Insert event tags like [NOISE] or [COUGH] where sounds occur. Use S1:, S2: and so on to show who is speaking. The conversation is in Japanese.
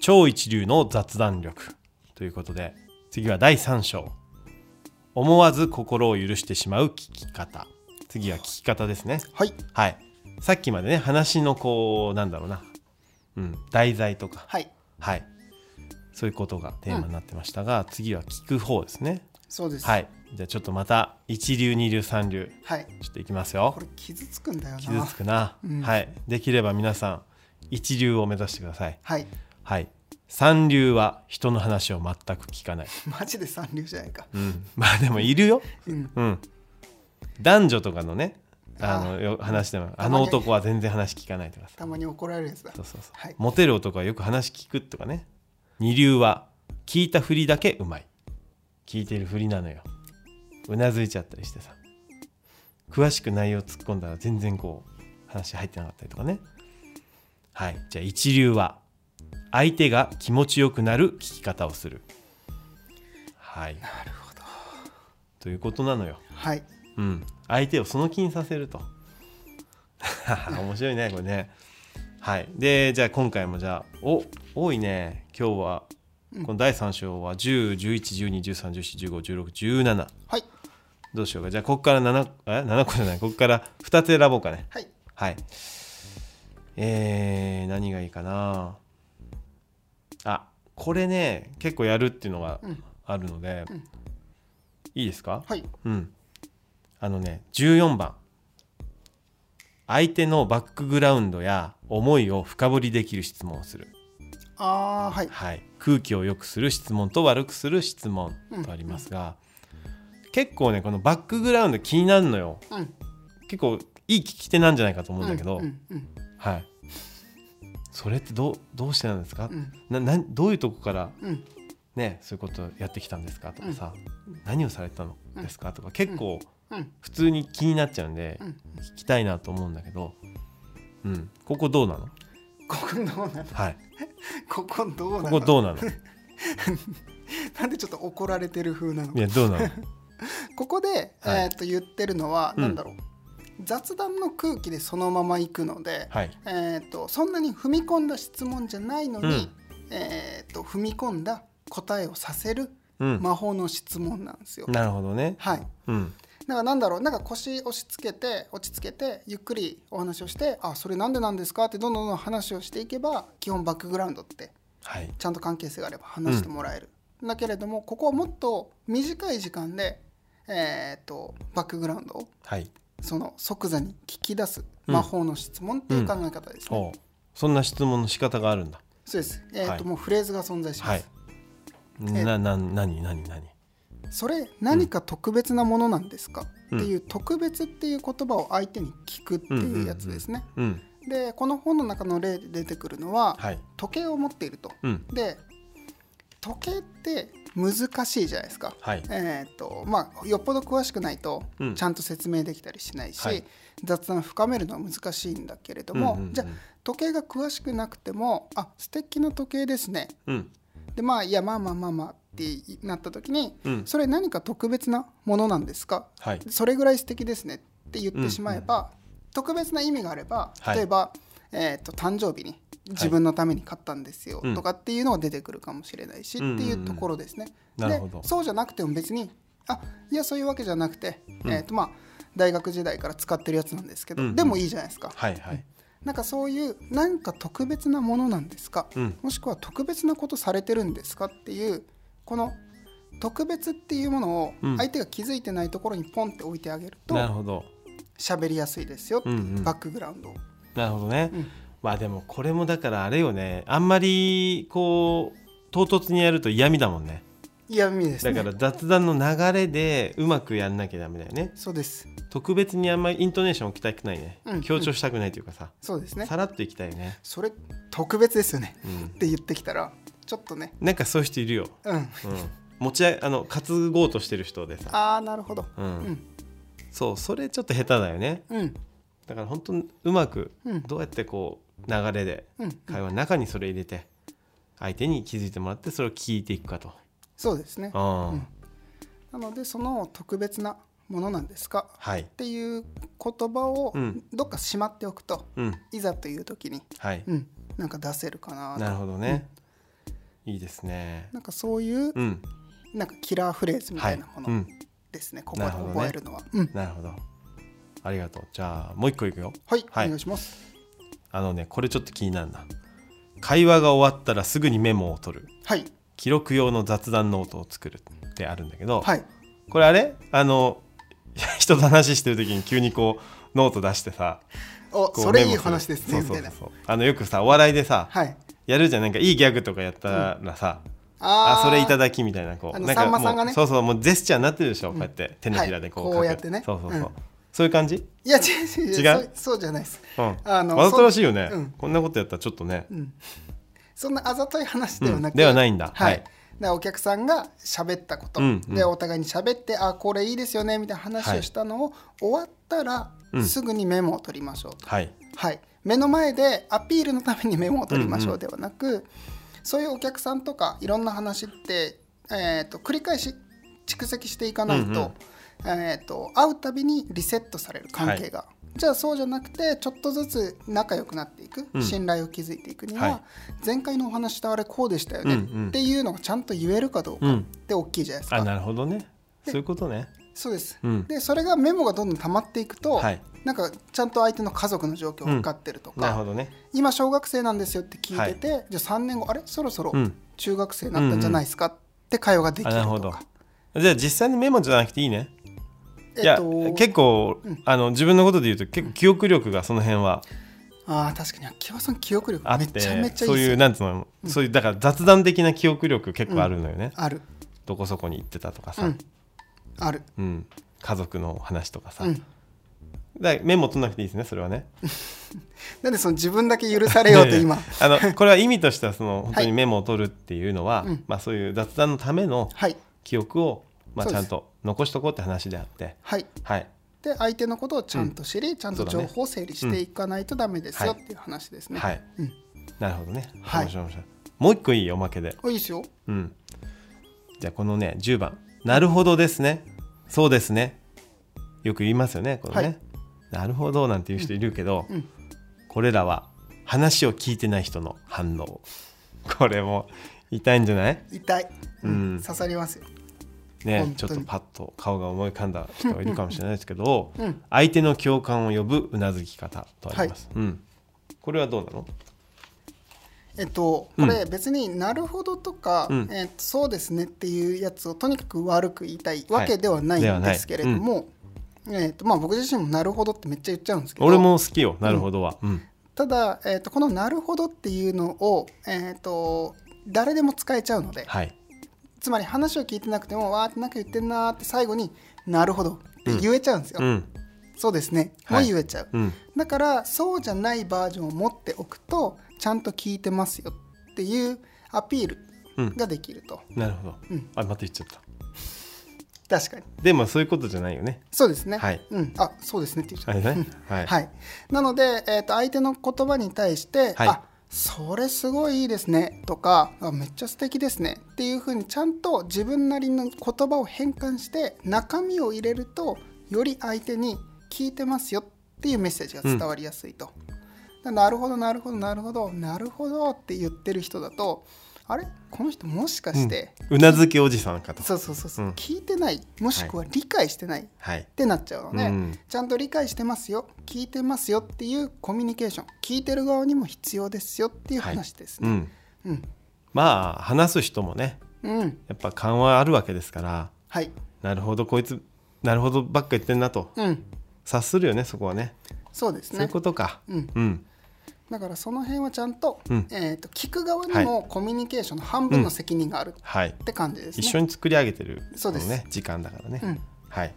S1: 超一流の雑談力ということで次は第3章思わず心を許してしまう聞き方次は聞き方ですね
S2: はい
S1: はいさっきまでね話のこうなんだろうなうん題材とか
S2: はい
S1: はいそういうことがテーマになってましたが、次は聞く方ですね
S2: そうです
S1: はいじゃあちょっとまた一流二流三流
S2: はい
S1: ちょっといきますよ
S2: これ傷つくんだよな
S1: 傷つくな、はいできれば皆さん一流を目指してください
S2: [LAUGHS] はい
S1: はい三流は人の話を全く聞かない、
S2: マジで三流じゃないか
S1: うん、まあでもいるよ
S2: うん
S1: うん男女とかのねあ
S2: あ
S1: のよ話でも
S2: たま
S1: あ
S2: に
S1: の男は全然話聞かないとかさ
S2: たまに怒られるやつだ
S1: そうそうそう、
S2: はい
S1: モテる男はよく話聞くとかね二流は聞いたふりだけうまい聞いてるふりなのようなずいちゃったりしてさ詳しく内容突っ込んだら全然こう話入ってなかったりとかねはいじゃあ一流は相手が気持ちよくなる聞き方をするはい
S2: なるほど
S1: ということなのよ
S2: はい
S1: うん、相手をその気にさせると [LAUGHS] 面白いねこれねはいでじゃあ今回もじゃあお多いね今日は
S2: うん
S1: この第3章は1011121314151617
S2: はい
S1: どうしようかじゃあここから 7, え7個じゃないここから2つ選ぼうかね
S2: はい
S1: はいえー、何がいいかなあこれね結構やるっていうのが
S2: うん
S1: あるので、
S2: うん
S1: いいですか
S2: はい
S1: うん。あのね、14番。相手のバックグラウンドや思いを深掘りできる質問をする。
S2: あーはい
S1: はい。空気を良くする質問と悪くする質問とありますが、結構ね、このバックグラウンド気になるのよ。
S2: うん
S1: 結構いい聞き手なんじゃないかと思うんだけど、
S2: うんうん
S1: はい。それってどうどうしてなんですか、
S2: うん
S1: ななどういうとこから
S2: うん
S1: ねそういうことやってきたんですかとかさ、何をされたのですかとか結構
S2: うん
S1: 普通に気になっちゃうんで
S2: うん
S1: 聞きたいなと思うんだけど、うん、ここどうなの
S2: ここどうなの [LAUGHS]
S1: はい
S2: ここどうな
S1: ここ
S2: の
S1: どう
S2: [LAUGHS]
S1: なの
S2: なんでちょっと怒られてる風なの
S1: いやどうなの
S2: ここで、
S1: はい
S2: えー、と言ってるのは、
S1: うん
S2: なんだろう雑談の空気でそのまま行くので、
S1: はい
S2: えー、とそんなに踏み込んだ質問じゃないのに、
S1: うん
S2: えー、と踏み込んだ答えをさせる
S1: うん
S2: 魔法の質問なんですよ。
S1: なるほどね
S2: はい、
S1: うん
S2: だからなんだろうなんか腰押し付けて落ち着けてゆっくりお話をしてあそれなんでなんですかってどんどんどんどん話をしていけば基本バックグラウンドって
S1: はい
S2: ちゃんと関係性があれば話してもらえる、だけれどもここはもっと短い時間で、えー、とバックグラウンドを
S1: はい
S2: その即座に聞き出す魔法の質問っていう考え方ですね、
S1: おうそんな質問の仕方があるんだ
S2: そうです、えーと
S1: はい
S2: もうフレーズが存在します、
S1: はいなな何何何
S2: それ何か特別なものなんですか、
S1: うん
S2: っていう特別っていう言葉を相手に聞くっていうやつですね、
S1: うん
S2: でこの本の中の例で出てくるのは、
S1: はい
S2: 時計を持っていると、
S1: うん
S2: で時計って難しいじゃないですか、
S1: はい
S2: えーとまあ、よっぽど詳しくないと
S1: うん
S2: ちゃんと説明できたりしないし、
S1: はい
S2: 雑談を深めるのは難しいんだけれども、
S1: うんうんうん
S2: じゃあ時計が詳しくなくても「あ素敵な時計ですね
S1: うん」
S2: でまあいやまあまあまあまあってなった時に、
S1: うん
S2: それ何か特別なものなんですか
S1: はい
S2: それぐらい素敵ですねって言ってしまえば、特別な意味があれば
S1: はい
S2: 例えば、えー、と誕生日に自分のために買ったんですよ
S1: うん
S2: とかっていうのが出てくるかもしれないし、
S1: うん
S2: っていうところですね。
S1: なるほど
S2: でそうじゃなくても別にあいやそういうわけじゃなくて、えーとまあ、大学時代から使ってるやつなんですけど、
S1: うん
S2: でもいいじゃないですか。
S1: はいはい
S2: なんかそういうなんか特別なものなんですか、
S1: うん
S2: もしくは特別なことされてるんですかっていうこの特別っていうものを
S1: うん
S2: 相手が気づいてないところにポンって置いてあげると
S1: なるほど
S2: 喋りやすいですよっていう、
S1: うんうん
S2: バックグラウンドを
S1: なるほどね、
S2: うん
S1: まあでもこれもだからあれよねあんまりこう唐突にやると嫌味だもんね
S2: 嫌味です
S1: だ
S2: ね
S1: から雑談の流れでうまくやんなきゃダメだよね
S2: そうです
S1: 特別にあんまりイントネーション置きたくないね、
S2: うん
S1: 強調したくないというかさ、
S2: そうですね
S1: さらっといきたいよね、
S2: それ特別ですよね
S1: うん、
S2: って言ってきたらちょっとね
S1: なんかそういう人いるよ、
S2: うん
S1: うん、持ちああの担ごうとしてる人でさ、
S2: ああなるほど
S1: うん
S2: うん
S1: そうそれちょっと下手だよね
S2: うん
S1: だから本当にうまく
S2: うん
S1: どうやってこう流れで
S2: うん
S1: 会話の中にそれ入れて相手に気づいてもらってそれを聞いていくかと、
S2: そうですね
S1: うん
S2: うんなのでその特別なものなんですか
S1: はい
S2: っていう言葉を
S1: うん
S2: どっかしまっておくと、
S1: うん
S2: いざという時に、
S1: はい、
S2: うん、なんか出せるかなと
S1: なるほどね、いいですね
S2: なんかそういう
S1: うん
S2: なんかキラーフレーズみた
S1: はいい
S2: なも
S1: う
S2: の
S1: ん
S2: ですね、ここで
S1: なるほどね
S2: 覚えるのはうん
S1: なるほどありがとうじゃあもう一個いくよ
S2: はい、
S1: はい
S2: お願いします
S1: あのねこれちょっと気になるな会話が終わったらすぐにメモを取る
S2: はい
S1: 記録用の雑談ノートを作るってあるんだけど、
S2: はい
S1: これあれあの [LAUGHS] 人と話してる時に急にこうノート出してさ
S2: お
S1: こう
S2: それ
S1: メ
S2: い
S1: モ
S2: い
S1: る
S2: 話ですね
S1: そう
S2: み
S1: そうそ
S2: たいな
S1: うそうあのよくさお笑いでさ、
S2: はい
S1: やるじゃんなんかいいギャグとかやったらさ、
S2: あ
S1: あそれいた
S2: だ
S1: だきみたいなこう
S2: あの
S1: なんか
S2: さんまさんが
S1: も
S2: ね
S1: うそうそうもうジェスチャーになってるでしょ、こうやって手のひらでこう,、
S2: はいこうやってね
S1: そうそうそう、
S2: うん
S1: そういう感じ
S2: いや違う
S1: 違う
S2: 違う違うそうそうじゃないです
S1: うん
S2: あの
S1: わざとらしいよね、
S2: そんうん
S1: こんなことやったらちょっとね、
S2: そんなあざとい話ではなく、
S1: うんではないんだ
S2: は
S1: はい
S2: い、でお客さんが喋ったこと、
S1: うんうん
S2: でお互いに喋ってあこれいいですよねみたいな話
S1: は
S2: を
S1: い
S2: したのを、終わったら、
S1: うん
S2: すぐにメモを取りましょうと、
S1: はい
S2: はい、目の前でアピールのためにメモを取りまし
S1: う
S2: ょ
S1: んう
S2: うんではなく、そういうお客さんとかいろんな話って、えー、と繰り返し蓄積していかないと,、えー、と会うたびにリセットされる関係が、じゃあそうじゃなくてちょっとずつ仲良くなっていく、
S1: うん
S2: 信頼を築いていくには、
S1: はい
S2: 前回のお話したあれこうでしたよね、
S1: うんうん
S2: っていうのがちゃんと言えるかどう
S1: う
S2: かっ
S1: ん
S2: て大きいじゃないですか。
S1: あなるほどねそういうことね
S2: そうです、
S1: うん
S2: でそれがメモがどんどん溜まっていくと、
S1: はい
S2: なんかちゃんと相手の家族の状況が分かってると
S1: なる
S2: か、
S1: ほどね
S2: 今小学生なんですよって聞いてて、じゃあ3年後あれそろそろ
S1: うん
S2: 中学生になったんじゃないですか、って会話ができ
S1: あ
S2: る
S1: なるほ
S2: と
S1: ど
S2: か、
S1: じゃあ実際のメモじゃなくていいねい
S2: えっ
S1: や
S2: と
S1: 結構あの自分のことで言うと結構記憶力がその辺は
S2: あー確かに秋葉さん記憶
S1: あ
S2: 力め
S1: っ
S2: ちゃめ
S1: て
S2: ちゃい
S1: そう
S2: いです
S1: い
S2: よ
S1: うなんつうのそういうだから雑談的な記憶力結構あるのよね
S2: ある
S1: どこそこに行ってたとか
S2: う
S1: さ
S2: んある
S1: うん家族の話とかさ
S2: うん
S1: だからメモ取んなくていいですねそれはね
S2: なんでその自分だけ許さ
S1: [LAUGHS]
S2: れようと今
S1: あのこれは意味としてはその本当
S2: はい
S1: にメモを取るっていうのは
S2: うん
S1: まあそういう雑談のための
S2: はい
S1: 記憶をまあ
S2: そう
S1: ち
S2: で
S1: ゃ
S2: す
S1: んと残しとこうって話であって
S2: はい
S1: はい
S2: で相手のことをちゃんと知り、ちゃん
S1: そ
S2: と
S1: うだ
S2: 情
S1: ね
S2: 報を整理していかないとダメですよ
S1: うん
S2: っ
S1: は
S2: ていう話ですね、
S1: はい
S2: うん
S1: なるほどね
S2: はい
S1: 面白い面白いもう一個いいよおまけで
S2: おいいですよ
S1: うん。じゃあこのね10番「なるほどですね」「そうですね」よく言いますよねこのね、
S2: はい
S1: なるほど」なんていう人いるけど、
S2: うんうん
S1: これらは話を聞いてない人の反応これも痛いんじゃない
S2: 痛い、うん
S1: うん
S2: 刺さりますよ本
S1: ねち
S2: 当
S1: ょ
S2: に
S1: っとパッと顔が思い浮かんだ人がいるかもしれないですけど、
S2: うん
S1: 相手の共感を呼ぶうなずき方とあります、うん、これはどうなの
S2: えっと、こ
S1: うん
S2: れ別になるほどとか、
S1: うん
S2: えっと、そうですねっていうやつをとにかく悪く言いたいわけではない
S1: では
S2: ん
S1: ない
S2: ですけれども、えっとまあ、僕自身もなるほどってめっちゃ言っちゃうんですけど
S1: 俺も好きよなるほどは、うん
S2: ただ、えっと、このなるほどっていうのを、えっと、誰でも使えちゃうので
S1: はい
S2: つまり話を聞いてなくてもわーってなんか言ってんなーって最後になるほどって言えちゃうんですよ、
S1: うん
S2: そうですねも
S1: は
S2: う
S1: い
S2: 言えちゃう、
S1: うん
S2: だからそうじゃないバージョンを持っておくとちゃんと聞いてますよっていうアピールができると、
S1: なるほど、
S2: うん
S1: あまた言っちゃった
S2: 確かに
S1: でもそういうことじゃないよね。
S2: そうですね、
S1: はい
S2: うん、あそうですねって言っちゃ
S1: あ
S2: っ
S1: れね。は
S2: た
S1: い。
S2: [LAUGHS] はい、なので、えー、と相手の言葉に対して「
S1: はい
S2: あそれすごいいいですね」とかあ「めっちゃ素敵ですね」っていうふうにちゃんと自分なりの言葉を変換して中身を入れるとより相手に「聞いてますよ」っていうメッセージが伝わりやすいと。だなるほどなるほどなるほどなるほどって言ってる人だとあれこの人もしかして、
S1: うなずきおじさんかと。
S2: そうそうそうそう、
S1: うん
S2: 聞いてないもしくは理解してない
S1: はい
S2: っ。てなっちゃうのね、
S1: うん
S2: ちゃんと理解してますよ聞いてますよっていうコミュニケーション聞いてる側にも必要ですよっていう話です
S1: う
S2: ね、
S1: ん。
S2: うん
S1: まあ話す人もね、
S2: うん
S1: やっぱ勘はあるわけですから、
S2: はい
S1: なるほどこいつなるほどばっか言ってんなと
S2: うん
S1: 察するよねそこはね。
S2: そうです
S1: そういう
S2: ね
S1: ことか。
S2: うん
S1: うん。
S2: だからその辺はちゃんと,、
S1: うん
S2: えー、と聞く側にもコミュニケーションの半分の責任がある
S1: はい。
S2: って感じですね、
S1: 一緒に作り上げてる
S2: そうです
S1: このね時間だからね。
S2: うん
S1: はい。